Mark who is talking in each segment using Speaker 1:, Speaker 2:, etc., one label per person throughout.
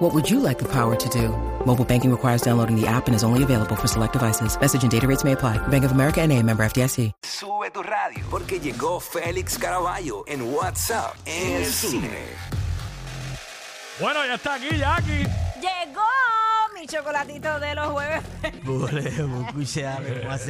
Speaker 1: What would you like the power to do? Mobile banking requires downloading the app and is only available for select devices. Message and data rates may apply. Bank of America and a member FDIC.
Speaker 2: Sube tu radio porque llegó Félix Caraballo en WhatsApp en el cine.
Speaker 3: Bueno, ya está aquí, Jackie.
Speaker 4: Llegó mi chocolatito de los jueves.
Speaker 5: Escuchame, más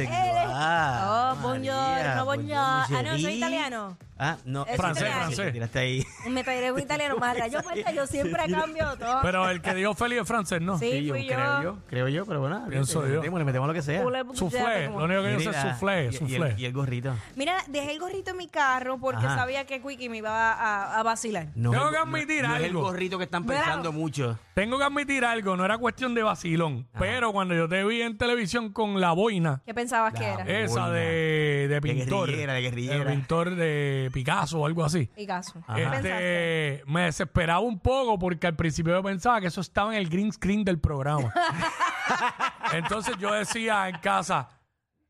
Speaker 4: Oh, buongiorno, buongiorno. Ah, no, soy italiano.
Speaker 5: Ah, no,
Speaker 4: Es
Speaker 3: Francés,
Speaker 4: italiano.
Speaker 3: francés.
Speaker 5: te tiraste ahí.
Speaker 4: Me traeré un italiano más rayo puesta, yo siempre cambio todo.
Speaker 3: Pero el que dijo Félix es francés, ¿no?
Speaker 4: sí, fui yo.
Speaker 5: Creo yo, creo yo, pero bueno.
Speaker 3: Pienso
Speaker 5: le,
Speaker 3: yo.
Speaker 5: Metemos, le metemos lo que sea.
Speaker 4: Poulet
Speaker 3: Soufflé,
Speaker 4: bouquet,
Speaker 3: lo
Speaker 4: como-
Speaker 3: único que yo sé es
Speaker 5: Mira,
Speaker 3: soufflé,
Speaker 5: y- y el- Y
Speaker 3: soufflé.
Speaker 5: el gorrito.
Speaker 4: Mira, dejé el gorrito en mi carro porque
Speaker 5: Ajá.
Speaker 4: sabía que Quickie me iba a, a- a vacilar.
Speaker 5: No,
Speaker 3: Tengo
Speaker 5: es-
Speaker 3: que admitir
Speaker 5: no es el
Speaker 3: algo.
Speaker 5: gorrito que están
Speaker 4: Bravo.
Speaker 5: pensando mucho.
Speaker 3: Tengo que admitir algo, no era cuestión de vacilón, pero cuando yo te vi en televisión con la boina,
Speaker 4: ¿Qué pensabas que era?
Speaker 3: esa
Speaker 5: boina.
Speaker 3: de, de pintor,
Speaker 5: guerrillera, de guerrillera.
Speaker 3: pintor de Picasso o algo así.
Speaker 4: Y caso. ¿Qué pensaste?
Speaker 3: Este, me desesperaba un poco porque al principio yo pensaba que eso estaba en el green screen del programa. Entonces yo decía en casa,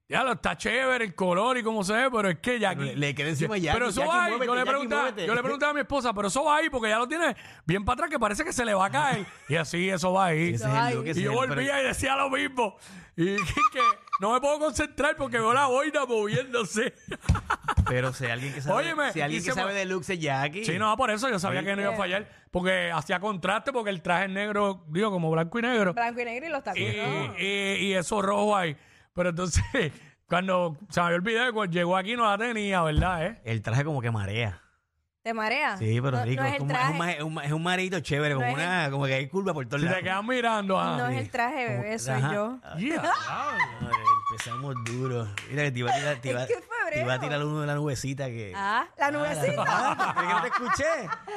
Speaker 3: ya lo está chévere el color y cómo se ve, pero es que ya
Speaker 5: Le- le queda encima Jackie,
Speaker 3: Pero eso
Speaker 5: Jackie,
Speaker 3: va ahí. yo,
Speaker 5: muévete,
Speaker 3: le
Speaker 5: Jackie,
Speaker 3: preguntaba,
Speaker 5: muévete.
Speaker 3: yo le preguntaba a mi esposa, pero eso va ahí porque ya lo tiene bien para atrás que parece que se le va a caer. y así, eso va ahí.
Speaker 5: Ese es el look, ese
Speaker 3: Y
Speaker 5: es
Speaker 3: yo
Speaker 5: el- pero-
Speaker 3: volvía y decía lo mismo. Y que no me puedo concentrar porque veo la boina moviéndose.
Speaker 5: Pero si alguien que sabe,
Speaker 3: Óyeme,
Speaker 5: si alguien
Speaker 3: y
Speaker 5: que
Speaker 3: se
Speaker 5: sabe
Speaker 3: mo-
Speaker 5: de looks es Jackie.
Speaker 3: Sí, no, por eso yo sabía que no iba a fallar. Porque hacía contraste, porque el traje es negro, digo, como blanco y negro.
Speaker 4: Blanco y negro y los
Speaker 3: Y,
Speaker 4: tacos.
Speaker 5: Ah.
Speaker 4: ¿no?
Speaker 3: y- y eso rojo ahí. Pero entonces, cuando se me había olvidado, cuando llegó aquí no la tenía, ¿verdad? Eh?
Speaker 5: El traje como que marea.
Speaker 4: ¿Te marea?
Speaker 5: Sí, pero
Speaker 4: No-
Speaker 5: rico.
Speaker 4: No es
Speaker 5: es,
Speaker 4: el
Speaker 5: como- es
Speaker 4: traje.
Speaker 5: un, ma- es un ma- es un mareito chévere, como,
Speaker 4: No es el-
Speaker 5: una, como que hay curva por todos
Speaker 3: Si te
Speaker 5: lados.
Speaker 3: quedas mirando, ah,
Speaker 4: No es el traje,
Speaker 5: Como-
Speaker 4: bebé, soy
Speaker 5: Ajá.
Speaker 4: yo.
Speaker 3: yeah.
Speaker 5: Ah, Madre, empezamos duro. Mira que te iba a tirar, te iba,
Speaker 4: Es que es
Speaker 5: te iba a
Speaker 4: febrero.
Speaker 5: tirar uno de la nubecita que.
Speaker 4: Ah, la nubecita.
Speaker 5: Ah, ¿crees que no te escuché?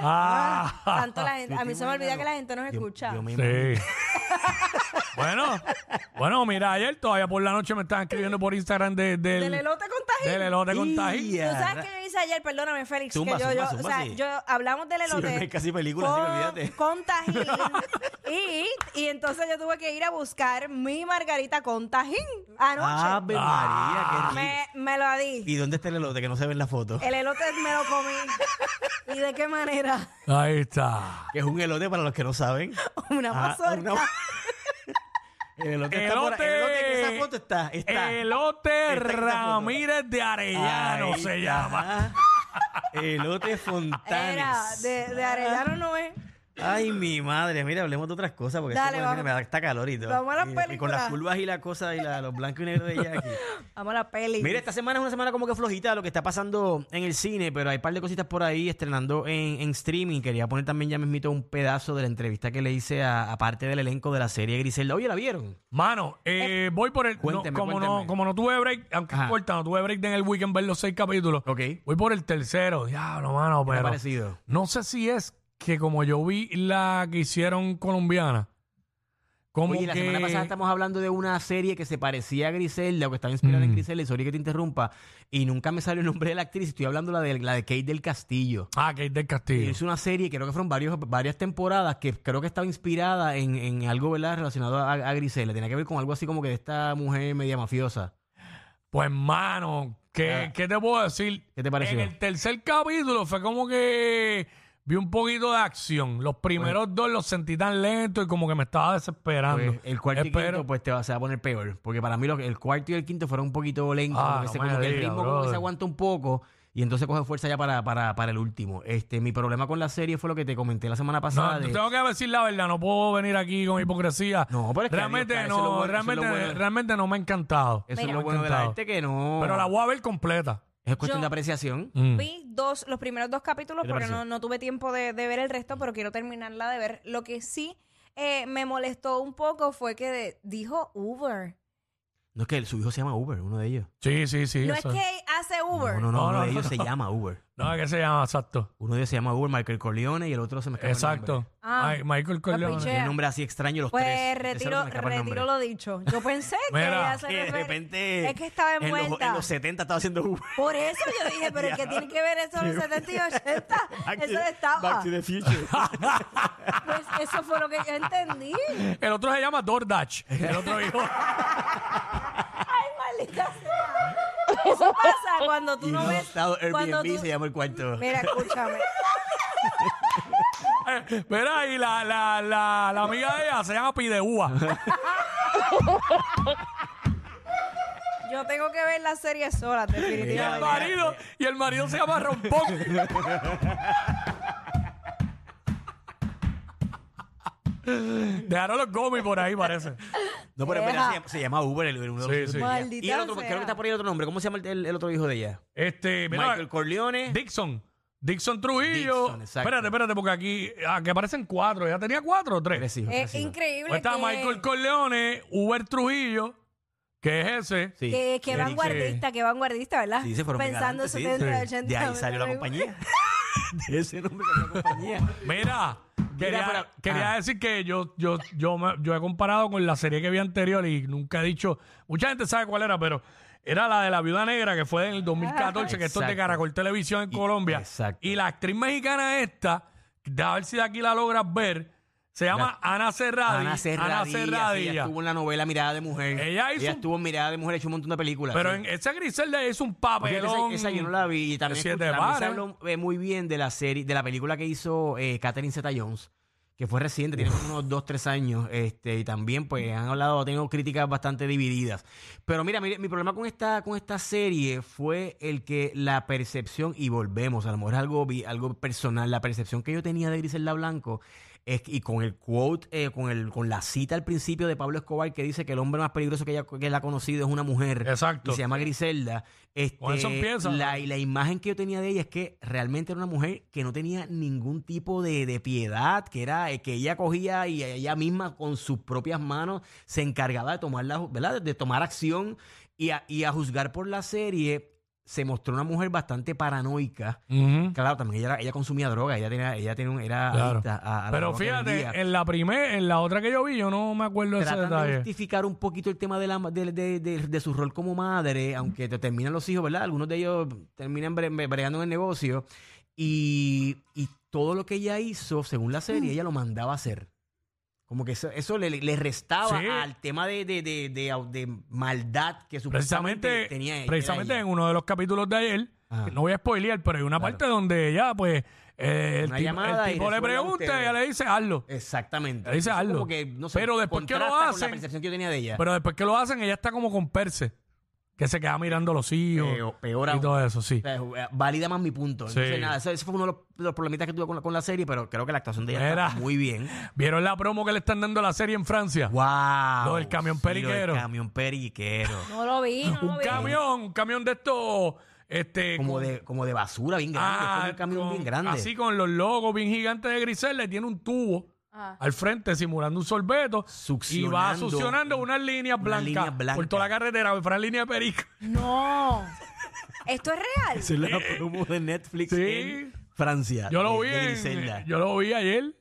Speaker 3: Ah,
Speaker 4: Tanto la gente. A mí se me olvida
Speaker 5: imaginando.
Speaker 4: que la gente nos
Speaker 5: Yo-
Speaker 4: escucha.
Speaker 5: yo me imagino-
Speaker 3: sí. bueno, bueno, mira, ayer todavía por la noche me estaban escribiendo por Instagram de- del,
Speaker 4: Del elote con tajín.
Speaker 3: del elote con tajín.
Speaker 5: Ya,
Speaker 4: Tú sabes que yo hice ayer, perdóname, Félix,
Speaker 5: Zumba,
Speaker 4: que yo,
Speaker 5: zumba,
Speaker 4: yo,
Speaker 5: zumba,
Speaker 4: o sea,
Speaker 5: sí.
Speaker 4: yo hablamos del elote.
Speaker 5: es casi película, sí,
Speaker 4: con,
Speaker 5: olvídate.
Speaker 4: con tajín. y, y entonces yo tuve que ir a buscar mi margarita con tajín anoche. Ah. Eh.
Speaker 5: Ave María, qué
Speaker 4: me, me lo
Speaker 5: rico.
Speaker 4: di.
Speaker 5: ¿Y dónde está el elote que no se ve en la foto?
Speaker 4: El elote me lo comí. ¿Y de qué manera?
Speaker 3: Ahí está.
Speaker 5: Que es un elote para los que no saben.
Speaker 4: Una
Speaker 5: Ah,
Speaker 4: mazorca.
Speaker 5: una- El elote está por ahí. El elote que en esa foto está. está.
Speaker 3: Elote
Speaker 5: Está en esa foto.
Speaker 3: Ramírez de Arellano
Speaker 5: Ahí
Speaker 3: se
Speaker 5: está.
Speaker 3: llama.
Speaker 5: Elote
Speaker 4: Era,
Speaker 5: Fontanes.
Speaker 4: de, de arellano no es.
Speaker 5: Ay, mi madre, mira, hablemos de otras cosas porque
Speaker 4: Dale,
Speaker 5: esto puede-
Speaker 4: vamos.
Speaker 5: me da esta calor y todo.
Speaker 4: Vamos a las
Speaker 5: Y- Y con
Speaker 4: películas.
Speaker 5: las curvas y la cosa y la- los blancos y negros de Jackie.
Speaker 4: Vamos a la peli.
Speaker 5: Mira, esta semana es una semana como que flojita lo que está pasando en el cine, pero hay un par de cositas por ahí estrenando en, en streaming. Quería poner también ya mismito un pedazo de la entrevista que le hice a, a parte del elenco de la serie Griselda. Oye, ¿la vieron?
Speaker 3: Mano, eh, voy por el. no,
Speaker 5: Cuénteme,
Speaker 3: como, No,
Speaker 5: cuénteme.
Speaker 3: como no tuve break, aunque
Speaker 5: Ajá.
Speaker 3: es corta, no tuve break de en el weekend ver los seis capítulos.
Speaker 5: Ok.
Speaker 3: Voy por el tercero. Diablo, mano,
Speaker 5: ¿Qué te ha
Speaker 3: pero.
Speaker 5: parecido?
Speaker 3: No sé si es que como yo vi la que hicieron colombiana. Como
Speaker 5: Oye, la
Speaker 3: que-
Speaker 5: semana pasada estamos hablando de una serie que se parecía a Griselda o que estaba inspirada en
Speaker 3: Mm.
Speaker 5: Griselda, y sorry que te interrumpa, y nunca me salió el nombre de la actriz, estoy hablando la de, la de Kate del Castillo.
Speaker 3: Ah, Kate del Castillo.
Speaker 5: Hizo una serie, creo que fueron varios, varias temporadas, que creo que estaba inspirada en, en algo ¿verdad? relacionado a, a Griselda. Tenía que ver con algo así como que de esta mujer media mafiosa.
Speaker 3: Pues, mano, ¿qué,
Speaker 5: Ah.
Speaker 3: qué te puedo decir?
Speaker 5: ¿Qué te pareció?
Speaker 3: En el tercer capítulo fue como que vi un poquito de acción. Los primeros dos los sentí tan lentos y como que me estaba desesperando.
Speaker 5: Pues, el cuarto y
Speaker 3: Espero-
Speaker 5: quinto pues te va, se va a poner peor. Porque para mí lo- el cuarto y el quinto fueron un poquito lentos.
Speaker 3: Ah,
Speaker 5: porque
Speaker 3: no
Speaker 5: se-
Speaker 3: me
Speaker 5: como que el
Speaker 3: diga,
Speaker 5: ritmo como que
Speaker 3: brother.
Speaker 5: se aguanta un poco. Y entonces coge fuerza ya para, para, para el último. Este, mi problema con la serie fue lo que te comenté la semana pasada.
Speaker 3: No,
Speaker 5: de-
Speaker 3: tengo que decir la verdad, no puedo venir aquí con hipocresía.
Speaker 5: No, pero es que
Speaker 3: realmente
Speaker 5: adiós, claro,
Speaker 3: no,
Speaker 5: eso es lo bueno, eso es lo
Speaker 3: realmente,
Speaker 5: bueno.
Speaker 3: realmente no me ha encantado.
Speaker 5: Eso
Speaker 4: Mira.
Speaker 5: es lo bueno de la
Speaker 3: Encantado.
Speaker 5: gente que no.
Speaker 3: Pero la voy a ver completa.
Speaker 5: Es cuestión
Speaker 4: Yo-
Speaker 5: de apreciación.
Speaker 3: Mm.
Speaker 4: Vi dos, los primeros dos capítulos
Speaker 5: ¿Qué te
Speaker 4: porque
Speaker 5: pareció?
Speaker 4: no, no tuve tiempo de, de ver el resto, pero quiero terminarla de ver. Lo que sí eh, me molestó un poco fue que de- dijo Uber.
Speaker 5: No es que su hijo se llama Uber, uno de ellos.
Speaker 3: Sí, sí, sí.
Speaker 4: no es
Speaker 3: eso.
Speaker 4: que hace Uber.
Speaker 5: No, no, no,
Speaker 3: No,
Speaker 5: uno
Speaker 3: no,
Speaker 5: de ellos
Speaker 3: no.
Speaker 5: se llama Uber.
Speaker 3: No, es que se llama, exacto.
Speaker 5: Uno de ellos se llama Uber, Michael Corleone, y el otro se me escapa el
Speaker 3: Exacto.
Speaker 5: nombre.
Speaker 4: Ah.
Speaker 3: Ay, Michael Corleone.
Speaker 4: piché.
Speaker 5: Tiene un nombre así extraño los tres.
Speaker 4: Pues
Speaker 5: El tercero
Speaker 4: retiro,
Speaker 5: se me escapa el nombre.
Speaker 4: retiro lo dicho. Yo pensé que
Speaker 3: Mira,
Speaker 4: ella se
Speaker 5: Que de
Speaker 4: refer-
Speaker 5: repente.
Speaker 4: Es que estaba
Speaker 5: en los-
Speaker 4: envuelta.
Speaker 5: En los 70 estaba haciendo Uber.
Speaker 4: Por eso yo dije, pero ¿qué tiene que ver eso de los 70 y 80? Eso estaba.
Speaker 5: Back to the Future.
Speaker 4: Pues eso fue lo que yo entendí.
Speaker 3: El otro se llama DoorDash. El otro hijo.
Speaker 4: Ay, maldita sea. Eso pasa cuando tú
Speaker 5: Y
Speaker 4: no
Speaker 5: no,
Speaker 4: ves.
Speaker 5: estaba
Speaker 4: cuando
Speaker 5: Airbnb
Speaker 4: tú-
Speaker 5: se llama el cuarto.
Speaker 4: Mira, escúchame.
Speaker 3: Mira, y la, la, la, la amiga de ella se llama Pideúa.
Speaker 4: Yo tengo que ver la serie sola,
Speaker 3: Y el
Speaker 4: definitivamente.
Speaker 3: marido, y el marido se llama Rompón. Dejaron los gomis por ahí, parece.
Speaker 5: No, pero en
Speaker 4: Deja.
Speaker 5: verdad se llama, se llama Uber el, el uno de los
Speaker 3: Sí,
Speaker 5: hijos
Speaker 3: sí.
Speaker 5: de ella.
Speaker 4: Maldita
Speaker 5: Y el otro,
Speaker 4: sea.
Speaker 5: creo que está por ahí el otro nombre. ¿Cómo se llama el, el- el otro hijo de ella?
Speaker 3: Este, mira,
Speaker 5: Michael Corleone.
Speaker 3: Dixon. Dixon Trujillo.
Speaker 5: Dixon, exacto.
Speaker 3: espérate, espérate, porque aquí, ah, que aparecen cuatro. ¿Ya tenía cuatro o tres?
Speaker 5: Tres hijos.
Speaker 4: Es
Speaker 5: tres hijos.
Speaker 4: increíble.
Speaker 3: Pues está
Speaker 4: que-
Speaker 3: Michael Corleone, Uber Trujillo, que es ese.
Speaker 5: Sí.
Speaker 4: Que, que
Speaker 5: Sí,
Speaker 4: vanguardista, que vanguardista, ¿verdad?
Speaker 5: Sí, se fueron
Speaker 4: Pensando
Speaker 5: pegantes, sí.
Speaker 4: 70,
Speaker 3: Sí.
Speaker 4: 80.
Speaker 5: De ahí salió la compañía. De ese nombre salió la compañía.
Speaker 3: Mira, quería,
Speaker 5: pero-
Speaker 3: quería
Speaker 5: ah.
Speaker 3: decir que yo, yo, yo, me- yo he comparado con la serie que vi anterior y nunca he dicho, mucha gente sabe cuál era, pero era la de la viuda negra que fue en el 2014, que esto es de
Speaker 5: Ah, Exacto.
Speaker 3: Caracol Televisión en
Speaker 5: Y-
Speaker 3: Colombia.
Speaker 5: exacto.
Speaker 3: Y la actriz mexicana esta, de a ver si de aquí la logras ver, se llama Ana Serradilla.
Speaker 5: Ana Serradilla.
Speaker 3: Ana
Speaker 5: sí, Ella
Speaker 3: Serradilla.
Speaker 5: estuvo en la novela Mirada de Mujer.
Speaker 3: Ella hizo un-
Speaker 5: estuvo en Mirada de Mujer, ha hecho un montón de películas.
Speaker 3: Pero
Speaker 5: sí.
Speaker 3: en esa Griselda es un
Speaker 5: Porque
Speaker 3: papelón.
Speaker 5: Esa, esa yo no la vi. Y también,
Speaker 3: Ese es de
Speaker 5: escuché- también se
Speaker 3: bares.
Speaker 5: habló eh, muy bien de la serie, de la película que hizo eh, Catherine Zeta Jones, que fue reciente, tiene como unos dos, tres años. Este, y también, pues, han hablado, tengo críticas bastante divididas. Pero mira, mire, mi problema con esta, con esta serie fue el que la percepción, y volvemos, a lo mejor es algo, vi- algo personal, la percepción que yo tenía de Griselda Blanco. es- y con el quote, eh, con, el, con la cita al principio de Pablo Escobar que dice que el hombre más peligroso que ella, que él ha conocido es una mujer.
Speaker 3: Exacto.
Speaker 5: Y se llama Griselda. Este,
Speaker 3: Con eso empieza.
Speaker 5: La, y la imagen que yo tenía de ella es que realmente era una mujer que no tenía ningún tipo de, de piedad, que era eh, que ella cogía y ella misma con sus propias manos se encargaba de tomar, la, ¿verdad? De tomar acción y a, y a juzgar por la serie. Se mostró una mujer bastante paranoica.
Speaker 3: Ujú.
Speaker 5: Claro, también ella, era- ella consumía droga, ella tenía, ella tenía un- era
Speaker 3: Claro.
Speaker 5: adicta a, a la
Speaker 3: Pero
Speaker 5: droga que vendía.
Speaker 3: fíjate, en la primera, en la otra que yo vi, yo no me acuerdo de ese
Speaker 5: Tratan de
Speaker 3: detalle.
Speaker 5: justificar un poquito el tema de, la, de, de- de- de su rol como madre, aunque te terminan los hijos, ¿verdad? Algunos de ellos terminan bre- bre- bregando en el negocio. Y, y todo lo que ella hizo, según la serie, ella lo mandaba a hacer. Como que eso, eso le, le restaba
Speaker 3: Sí.
Speaker 5: al tema de, de, de- de- de maldad que supuestamente
Speaker 3: Precisamente,
Speaker 5: tenía ella.
Speaker 3: precisamente en uno de los capítulos de ayer,
Speaker 5: Ajá.
Speaker 3: que no voy a spoilear, pero hay una
Speaker 5: Claro.
Speaker 3: parte donde ella, pues, eh, el,
Speaker 5: Una
Speaker 3: tipo,
Speaker 5: llamada
Speaker 3: el
Speaker 5: y
Speaker 3: tipo le
Speaker 5: resuelvan
Speaker 3: pregunta y
Speaker 5: ustedes.
Speaker 3: ella le dice, hazlo.
Speaker 5: Exactamente.
Speaker 3: Ahí dice
Speaker 5: Eso
Speaker 3: algo.
Speaker 5: como que, no sé,
Speaker 3: Pero después que lo
Speaker 5: contrasta con
Speaker 3: hacen-
Speaker 5: la percepción que yo tenía de ella.
Speaker 3: Pero después que lo hacen, ella está como con Perse, que se queda mirando a los hijos
Speaker 5: Peor- peor
Speaker 3: y
Speaker 5: aún.
Speaker 3: todo eso, sí.
Speaker 5: O sea, eh, valida más mi punto.
Speaker 3: Sí.
Speaker 5: Entonces, nada, eso, eso fue uno de los, de los problemitas que tuve con la, con la serie, pero creo que la actuación de ella
Speaker 3: Mira.
Speaker 5: está muy bien.
Speaker 3: ¿Vieron la promo que le están dando a la serie en Francia?
Speaker 5: ¡Wow!
Speaker 3: Lo del camión
Speaker 5: Sí, lo del
Speaker 3: periquero.
Speaker 5: camión periquero.
Speaker 4: No lo vi, no lo
Speaker 3: Un
Speaker 4: vi.
Speaker 3: camión, un camión de estos, este...
Speaker 5: como,
Speaker 3: con-
Speaker 5: de, como de basura bien grande. es como un camión
Speaker 3: Ah, con-
Speaker 5: bien grande.
Speaker 3: Así con los logos bien gigantes de Griselda, y tiene un tubo
Speaker 4: Ah.
Speaker 3: al frente simulando un sorbeto y va
Speaker 5: Succionando
Speaker 3: succionando unas líneas
Speaker 5: unas
Speaker 3: blancas
Speaker 5: líneas blancas.
Speaker 3: por toda la carretera, fuera línea de perico.
Speaker 4: No. ¿Esto es real?
Speaker 5: Esa es la promo de Netflix
Speaker 3: Sí.
Speaker 5: en Francia.
Speaker 3: Yo lo
Speaker 5: Ah, de-
Speaker 3: vi,
Speaker 5: de
Speaker 3: en-
Speaker 5: Griselda.
Speaker 3: yo lo vi ayer.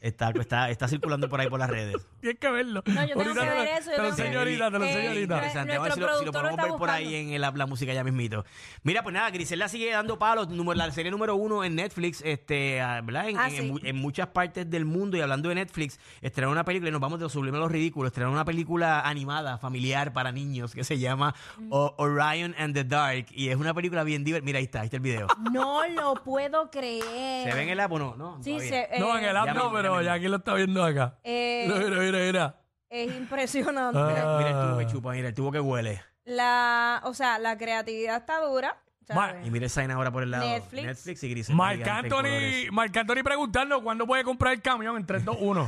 Speaker 5: Está, está, está circulando por ahí por las redes.
Speaker 3: Tienes que verlo.
Speaker 4: No, yo tengo
Speaker 3: Ahorita
Speaker 4: que
Speaker 3: te lo-
Speaker 4: ver
Speaker 3: Te
Speaker 4: eso, yo
Speaker 3: lo
Speaker 4: tengo que
Speaker 3: enseño
Speaker 4: ver.
Speaker 3: ahorita, te lo
Speaker 4: Eh,
Speaker 3: enseño ahorita.
Speaker 5: interesante. Vamos a ver si
Speaker 4: Nuestro
Speaker 5: lo, si lo
Speaker 4: productor
Speaker 5: podemos
Speaker 4: está
Speaker 5: ver por ahí
Speaker 4: buscando.
Speaker 5: en el- la, la música ya mismito. Mira, pues nada, Griselda sigue dando palos. Número- La serie número uno en Netflix, este, ah, ¿verdad? En,
Speaker 4: Ah,
Speaker 5: en-
Speaker 4: sí.
Speaker 5: en mu- en muchas partes del mundo. Y hablando de Netflix, estrenaron una película, y nos vamos de lo sublime a lo ridículo, estrenaron una película animada, familiar para niños, que se llama
Speaker 4: Mm.
Speaker 5: O- Orion and the Dark. Y es una película bien divertida. Mira, ahí está, ahí está el video.
Speaker 4: No lo puedo creer.
Speaker 5: ¿Se ve en el app o no? No,
Speaker 4: Sí,
Speaker 5: todavía.
Speaker 4: se, eh,
Speaker 3: No, en el app
Speaker 5: Ya
Speaker 3: no,
Speaker 5: mismo, ya
Speaker 3: pero
Speaker 5: mismo.
Speaker 3: ya aquí lo está viendo acá.
Speaker 4: eh,
Speaker 3: Mira, mira, mira, mira.
Speaker 4: es impresionante.
Speaker 3: Ah.
Speaker 5: Mira el tubo que chupa, mira el tubo que huele.
Speaker 4: La, o sea, la creatividad está dura. ¿sabes?
Speaker 3: Ma-
Speaker 5: Y mira el sign ahora por el lado.
Speaker 4: Netflix.
Speaker 5: y Griselda.
Speaker 3: Marc
Speaker 5: gigante en colores.
Speaker 3: Anthony, Marc Anthony preguntando cuándo puede comprar el camión en 321.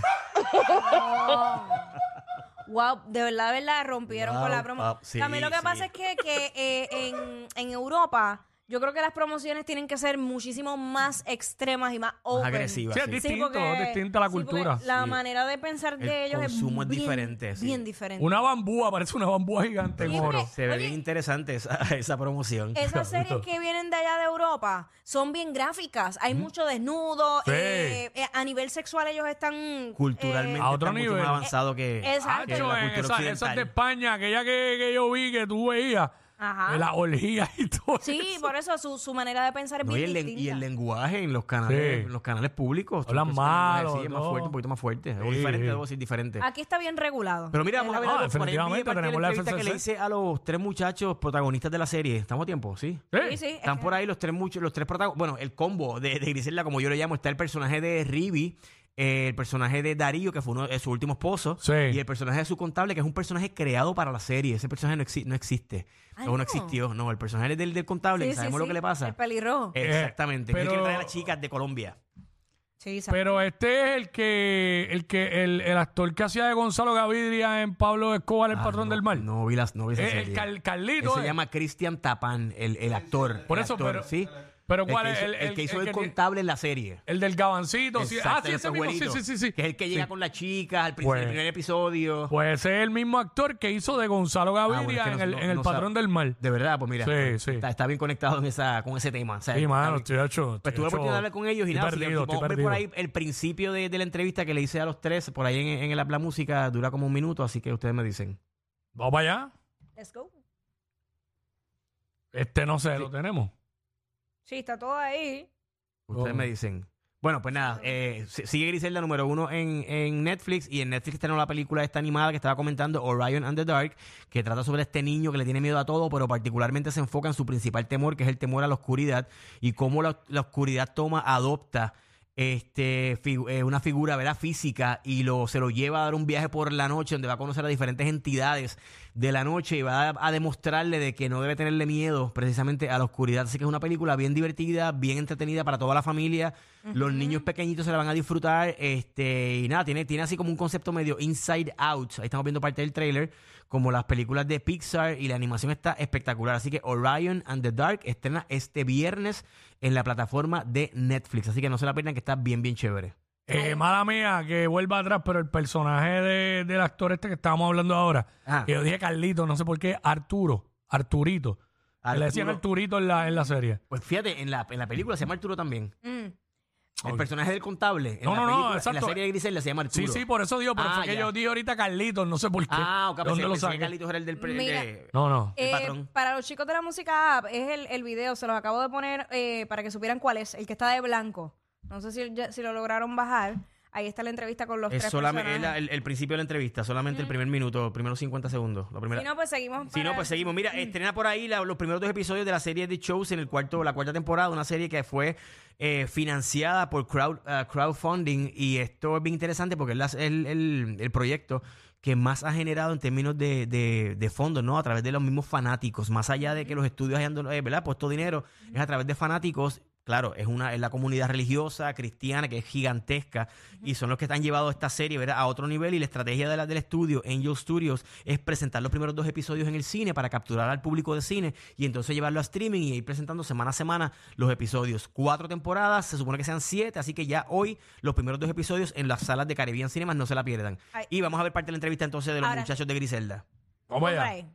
Speaker 4: Wow, de verdad, de verdad, rompieron
Speaker 5: Wow,
Speaker 4: con la promo.
Speaker 5: pap, sí,
Speaker 4: También lo que
Speaker 5: sí.
Speaker 4: pasa es que, que, eh, en, en Europa Yo creo que las promociones tienen que ser muchísimo más extremas y más open.
Speaker 5: agresiva.
Speaker 3: Sí, es
Speaker 5: Sí,
Speaker 3: distinto, es distinta la
Speaker 4: sí, porque
Speaker 3: cultura.
Speaker 4: la
Speaker 5: Sí.
Speaker 4: manera de pensar
Speaker 5: El
Speaker 4: de ellos
Speaker 5: consumo es
Speaker 4: bien-
Speaker 5: diferente, sí.
Speaker 4: Bien diferente.
Speaker 3: Una bambúa, parece una bambúa gigante en
Speaker 4: Sí, porque-
Speaker 3: oro.
Speaker 5: Se ve
Speaker 4: Oye.
Speaker 5: bien interesante esa, esa promoción.
Speaker 4: Esas series que vienen de allá de Europa son bien gráficas. Hay mucho desnudo.
Speaker 3: Sí.
Speaker 4: eh, eh, a nivel sexual ellos están...
Speaker 5: Culturalmente
Speaker 4: eh,
Speaker 3: A otro
Speaker 5: está mucho
Speaker 3: nivel.
Speaker 5: más avanzado que,
Speaker 4: Exacto.
Speaker 5: que
Speaker 3: Hacho,
Speaker 5: la
Speaker 3: en
Speaker 5: Ah, cultura
Speaker 3: esa-
Speaker 5: occidental.
Speaker 3: esas de España, aquella que, que yo vi, que tú veías,
Speaker 4: Ajá.
Speaker 3: de las orgías y todo.
Speaker 4: sí, por eso su, su manera de pensar es
Speaker 5: No, y,
Speaker 4: bien
Speaker 5: el, len-
Speaker 4: distinta.
Speaker 5: y el lenguaje en los canales,
Speaker 3: Sí.
Speaker 5: en los canales públicos. tú
Speaker 3: Hablan
Speaker 5: escuchas el lenguaje,
Speaker 3: malo,
Speaker 5: sí, es más
Speaker 3: todo.
Speaker 5: fuerte, un poquito más fuerte. O
Speaker 3: Sí,
Speaker 5: diferente,
Speaker 3: sí.
Speaker 5: debo decir, diferente.
Speaker 4: Aquí está bien regulado.
Speaker 5: Pero mira, vamos a ver
Speaker 3: Ah,
Speaker 5: algo por ahí. Vi
Speaker 3: definitivamente
Speaker 5: parte de
Speaker 3: tenemos
Speaker 5: la
Speaker 3: la
Speaker 5: entrevista que le
Speaker 3: FCC.
Speaker 5: hice a los tres muchachos protagonistas de la serie. ¿Estamos a tiempo? Sí.
Speaker 4: Sí, sí, es
Speaker 5: Están
Speaker 4: que-
Speaker 5: por ahí los tres muchos, los tres protagonistas. Bueno, el combo de, de Griselda, como yo le llamo, está el personaje de Ribi, eh, el personaje de Darío, que fue uno de su último esposo,
Speaker 3: Sí.
Speaker 5: y el personaje de su contable, que es un personaje creado para la serie. Ese personaje no, exi- no existe.
Speaker 4: Ah,
Speaker 5: no, no
Speaker 4: no.
Speaker 5: existió. No, el personaje del, del contable,
Speaker 4: Sí,
Speaker 5: que
Speaker 4: sí,
Speaker 5: sabemos lo
Speaker 4: sí,
Speaker 5: que le pasa. Eh,
Speaker 4: El pelirrojo.
Speaker 5: Exactamente. que Es el que
Speaker 3: pero-
Speaker 5: trae a las chicas de Colombia.
Speaker 4: sí, exacto.
Speaker 3: Pero este es el que, el que, el, el actor que hacía de Gonzalo Gaviria en Pablo Escobar, el
Speaker 5: Ah,
Speaker 3: patrón
Speaker 5: no,
Speaker 3: del mal.
Speaker 5: No vi las no vi esa
Speaker 3: Eh, el
Speaker 5: serie.
Speaker 3: Cal- Carlito,
Speaker 5: Él
Speaker 3: eh.
Speaker 5: Se llama Cristian Tapán, el, el actor.
Speaker 3: Por
Speaker 5: el
Speaker 3: eso,
Speaker 5: actor,
Speaker 3: pero-
Speaker 5: ¿sí?
Speaker 3: pero ¿cuál
Speaker 5: que
Speaker 3: es?
Speaker 5: hizo-
Speaker 3: El-
Speaker 5: el,
Speaker 3: el-
Speaker 5: que hizo
Speaker 3: el
Speaker 5: el,
Speaker 3: que-
Speaker 5: contable en la serie.
Speaker 3: El del gabancito. sí. Ah,
Speaker 5: Exacto,
Speaker 3: sí,
Speaker 5: el
Speaker 3: ese mismo. Sí,
Speaker 5: abuelito,
Speaker 3: sí, sí, sí.
Speaker 5: Que es el que llega
Speaker 3: Sí.
Speaker 5: con las chicas al principio,
Speaker 3: Pues-
Speaker 5: el primer episodio.
Speaker 3: Pues ese es el mismo actor que hizo de Gonzalo Gaviria
Speaker 5: Ah, bueno, es que
Speaker 3: en
Speaker 5: no-
Speaker 3: el,
Speaker 5: no-
Speaker 3: en el
Speaker 5: no
Speaker 3: patrón
Speaker 5: sabe.
Speaker 3: del mal.
Speaker 5: de verdad, pues mira,
Speaker 3: Sí, sí.
Speaker 5: Está, está bien conectado en esa, con ese tema. o sea,
Speaker 3: Sí,
Speaker 5: está
Speaker 3: mano,
Speaker 5: bien-
Speaker 3: estoy hecho.
Speaker 5: Pues tuve la oportunidad de hablar con ellos y nada, si- si
Speaker 3: perdido, estoy
Speaker 5: podemos ver por ahí
Speaker 3: perdido.
Speaker 5: el principio de, de la entrevista que le hice a los tres, por ahí en, en el Habla Música, dura como un minuto, así que ustedes me dicen.
Speaker 3: Vamos para allá.
Speaker 4: Let's go.
Speaker 3: Este no sé, lo tenemos.
Speaker 4: Sí, está todo ahí.
Speaker 5: Ustedes
Speaker 3: Oh.
Speaker 5: me dicen. Bueno, pues nada, eh, si- sigue Griselda número uno en, en Netflix y en Netflix tenemos la película esta animada que estaba comentando, Orion and the Dark, que trata sobre este niño que le tiene miedo a todo, pero particularmente se enfoca en su principal temor, que es el temor a la oscuridad y cómo la, la oscuridad toma, adopta este figu- eh, una figura ¿verdad? física y lo se lo lleva a dar un viaje por la noche donde va a conocer a diferentes entidades de la noche y va a, a demostrarle de que no debe tenerle miedo precisamente a la oscuridad así que es una película bien divertida bien entretenida para toda la familia los niños pequeñitos se la van a disfrutar este y nada tiene tiene así como un concepto medio inside out ahí estamos viendo parte del tráiler como las películas de Pixar y la animación está espectacular así que Orion and the Dark estrena este viernes en la plataforma de Netflix. Así que no se la pierdan que está bien, bien chévere.
Speaker 3: Eh, mala mía, que vuelva atrás, pero el personaje de- del actor este que estábamos hablando ahora,
Speaker 5: Ajá.
Speaker 3: que yo dije Carlito, no sé por qué, Arturo, Arturito. Que Le decían
Speaker 5: Arturo.
Speaker 3: Arturito en la, en la serie.
Speaker 5: Pues fíjate, en la, en la película se llama Arturo también.
Speaker 4: Mm.
Speaker 5: El
Speaker 3: Ok.
Speaker 5: personaje del contable. En
Speaker 3: No, no,
Speaker 5: la
Speaker 3: no,
Speaker 5: película- En
Speaker 3: exacto.
Speaker 5: la serie de Griselda se llama Arturo.
Speaker 3: Sí, sí, por eso digo, pero
Speaker 5: Ah,
Speaker 3: fue que
Speaker 5: ya.
Speaker 3: yo dije ahorita Carlitos, no sé por qué.
Speaker 5: Ah, ok,
Speaker 3: ¿De
Speaker 5: pensé,
Speaker 3: ¿Dónde lo
Speaker 5: pensé que
Speaker 3: saqué?
Speaker 5: Carlitos era el del... pre-
Speaker 4: Mira.
Speaker 5: de-
Speaker 3: No, no.
Speaker 5: El
Speaker 4: Eh,
Speaker 5: patrón.
Speaker 4: para los chicos de la música app es el, el video, se los acabo de poner eh, para que supieran cuál es, el que está de blanco. No sé si, ya- si lo lograron bajar. Ahí está la entrevista con los
Speaker 5: Es
Speaker 4: tres
Speaker 5: solamente es
Speaker 4: personajes.
Speaker 5: la- el, el principio de la entrevista, solamente el primer minuto, los primeros 50 segundos. La primera,
Speaker 4: Si no, pues seguimos.
Speaker 5: Si no,
Speaker 4: para-
Speaker 5: pues seguimos. Mira, estrena por ahí la- los primeros dos episodios de la serie de shows en el cuarto, la cuarta temporada, una serie que fue eh, financiada por crowd, ah, crowdfunding y esto es bien interesante porque es la- el, el- el proyecto que más ha generado en términos de, de- de fondos, ¿no? A través de los mismos fanáticos, más allá de que los estudios hayan eh, ¿verdad? puesto dinero, es a través de fanáticos. Claro, es una es la comunidad religiosa cristiana que es gigantesca y son los que han llevado esta serie ¿verdad? a otro nivel y la estrategia de la, del estudio Angel Studios es presentar los primeros dos episodios en el cine para capturar al público de cine y entonces llevarlo a streaming y ir presentando semana a semana los episodios. Cuatro temporadas, se supone que sean siete, así que ya hoy los primeros dos episodios en las salas de Caribbean Cinemas no se la pierdan.
Speaker 4: Ay.
Speaker 5: Y vamos a ver parte de la entrevista entonces de los
Speaker 4: Ahora-
Speaker 5: muchachos de Griselda.
Speaker 3: Vamos
Speaker 4: por
Speaker 3: allá.
Speaker 4: ahí.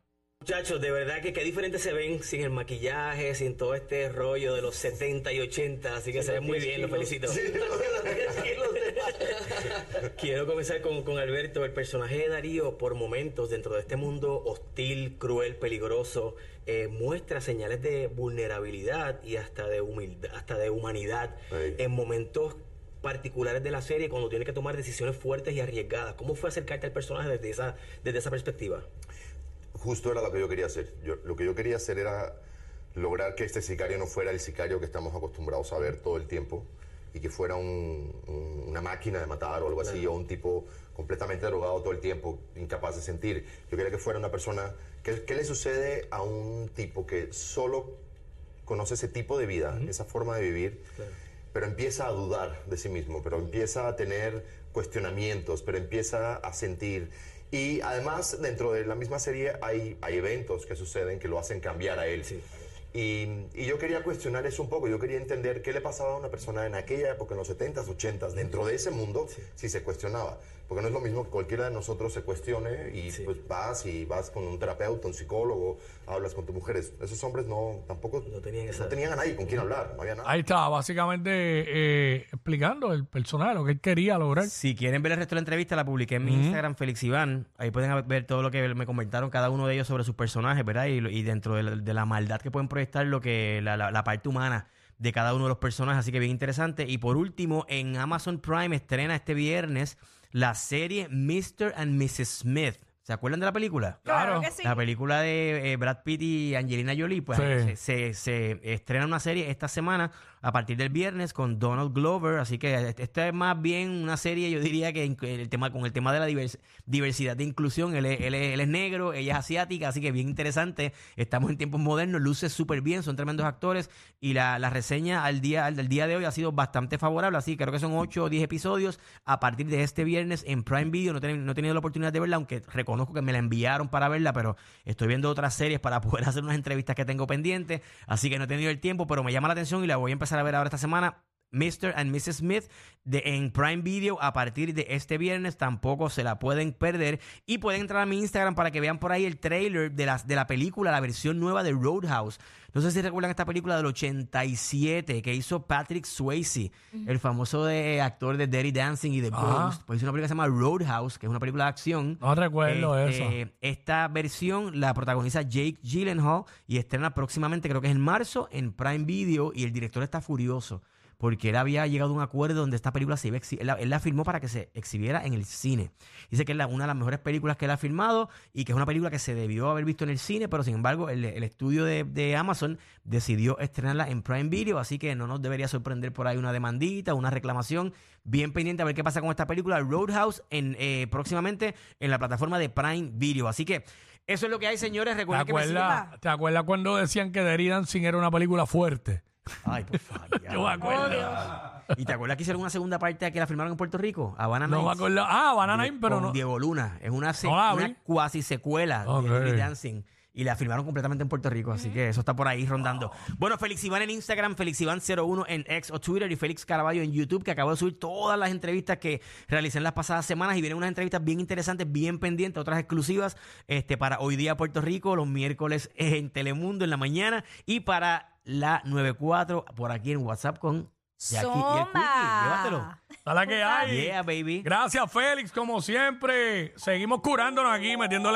Speaker 6: Muchachos, de verdad que qué diferentes se ven sin el maquillaje, sin todo este rollo de los 70 y 80, así que se ven muy bien, los felicito. Quiero comenzar con, con Alberto, el personaje de Darío, por momentos dentro de este mundo hostil, cruel, peligroso, eh, muestra señales de vulnerabilidad y hasta de humildad, hasta de humanidad en momentos particulares de la serie cuando tiene que tomar decisiones fuertes y arriesgadas. ¿Cómo fue acercarte al personaje desde esa, desde esa perspectiva?
Speaker 7: justo era lo que yo quería hacer. Yo- lo que yo quería hacer era lograr que este sicario no fuera el sicario que estamos acostumbrados a ver todo el tiempo y que fuera un- un- una máquina de matar o algo así, o un tipo completamente drogado todo el tiempo, incapaz de sentir. Yo quería que fuera una persona... ¿Qué, qué le sucede a un tipo que solo conoce ese tipo de vida, esa forma de vivir, pero empieza a dudar de sí mismo, pero empieza a tener cuestionamientos, pero empieza a sentir. Y además, dentro de la misma serie hay, hay eventos que suceden que lo hacen cambiar a él. Y, y yo quería cuestionar eso un poco, yo quería entender qué le pasaba a una persona en aquella época, en los 70s, 80s, dentro de ese mundo, si se cuestionaba. Porque no es lo mismo que cualquiera de nosotros se cuestione y pues vas y vas con un terapeuta, un psicólogo, hablas con tus mujeres. Esos hombres no, tampoco, no
Speaker 6: tenían esa-
Speaker 7: tenían a nadie con quien hablar, no había nada.
Speaker 3: Ahí está, básicamente eh, explicando el personaje, lo que él quería lograr.
Speaker 5: Si quieren ver el resto de la entrevista, la publiqué en mi Instagram, Félix Iván. Ahí pueden ver todo lo que me comentaron cada uno de ellos sobre sus personajes, ¿verdad? Y, lo- y dentro de la, de la maldad que pueden proyectar, lo que la, la- la parte humana de cada uno de los personajes. Así que bien interesante. Y por último, en Amazon Prime estrena este viernes la serie Mr. and Mrs. Smith. ¿Se acuerdan de la película?
Speaker 3: Claro.
Speaker 4: Claro que sí.
Speaker 5: La película de eh, Brad Pitt y Angelina Jolie, pues
Speaker 3: Sí.
Speaker 5: se, se- se estrena una serie esta semana a partir del viernes con Donald Glover. Así que est- esta es más bien una serie, yo diría que inc- el tema, con el tema de la divers- diversidad de inclusión. Él es, él es- él es negro, ella es asiática, así que bien interesante. Estamos en tiempos modernos, luce súper bien, son tremendos actores. Y la, la reseña al día, al, del día de hoy ha sido bastante favorable. Así que creo que son 8 o 10 episodios a partir de este viernes en Prime Video. No, ten- no he tenido la oportunidad de verla, aunque reconozco que me la enviaron para verla, pero estoy viendo otras series para poder hacer unas entrevistas que tengo pendientes. Así que no he tenido el tiempo, pero me llama la atención y la voy a empezar a ver ahora esta semana. Mr. and Mrs. Smith de, en Prime Video a partir de este viernes. Tampoco se la pueden perder. Y pueden entrar a mi Instagram para que vean por ahí el trailer de, las, de la película, la versión nueva de Roadhouse. No sé si recuerdan esta película del 87 que hizo Patrick Swayze, el famoso de- actor de Dirty Dancing y de
Speaker 3: Ajá.
Speaker 5: Ghost. Pues hizo una película que se llama Roadhouse, que es una película de acción.
Speaker 3: No recuerdo
Speaker 5: Este,
Speaker 3: eso.
Speaker 5: Esta versión la protagoniza Jake Gyllenhaal y estrena próximamente, creo que es en marzo, en Prime Video. Y el director está furioso porque él había llegado a un acuerdo donde esta película se iba a exhi- él, la- él la firmó para que se exhibiera en el cine. Dice que es la- una de las mejores películas que él ha filmado y que es una película que se debió haber visto en el cine, pero sin embargo el, el estudio de, de Amazon decidió estrenarla en Prime Video, así que no nos debería sorprender por ahí una demandita, una reclamación. Bien pendiente a ver qué pasa con esta película Roadhouse en, eh, próximamente en la plataforma de Prime Video. Así que eso es lo que hay, señores.
Speaker 3: ¿Te
Speaker 5: Recuerden que me
Speaker 3: acuerdas, ¿Te acuerdas cuando decían que Derry Dancing era una película fuerte?
Speaker 5: sigan- Ay, por favor. ya. Oh,
Speaker 3: Yo me acuerdo.
Speaker 5: ¿Y te acuerdas que hicieron una segunda parte que la filmaron en Puerto Rico? Habana
Speaker 3: No me
Speaker 5: Nights.
Speaker 3: acuerdo. Ah, Banana
Speaker 5: Die-
Speaker 3: Nine, pero
Speaker 5: con
Speaker 3: no.
Speaker 5: Diego Luna. Es una, se-
Speaker 3: No la
Speaker 5: una
Speaker 3: vi.
Speaker 5: cuasi secuela
Speaker 3: Ok.
Speaker 5: de Dirty Dancing. Y la firmaron completamente en Puerto Rico, así que eso está por ahí rondando. Bueno, Félix Iván en Instagram, Félix Iván01 en X o Twitter y Félix Caraballo en YouTube, que acabo de subir todas las entrevistas que realicé en las pasadas semanas y vienen unas entrevistas bien interesantes, bien pendientes, otras exclusivas este, para hoy día Puerto Rico, los miércoles en Telemundo en la mañana y para la 94 por aquí en WhatsApp con Jackie y el Quickie.
Speaker 4: Zumba.
Speaker 5: Llévatelo.
Speaker 3: A la que hay.
Speaker 5: Yeah, baby.
Speaker 3: Gracias, Félix, como siempre. Seguimos curándonos aquí, metiéndole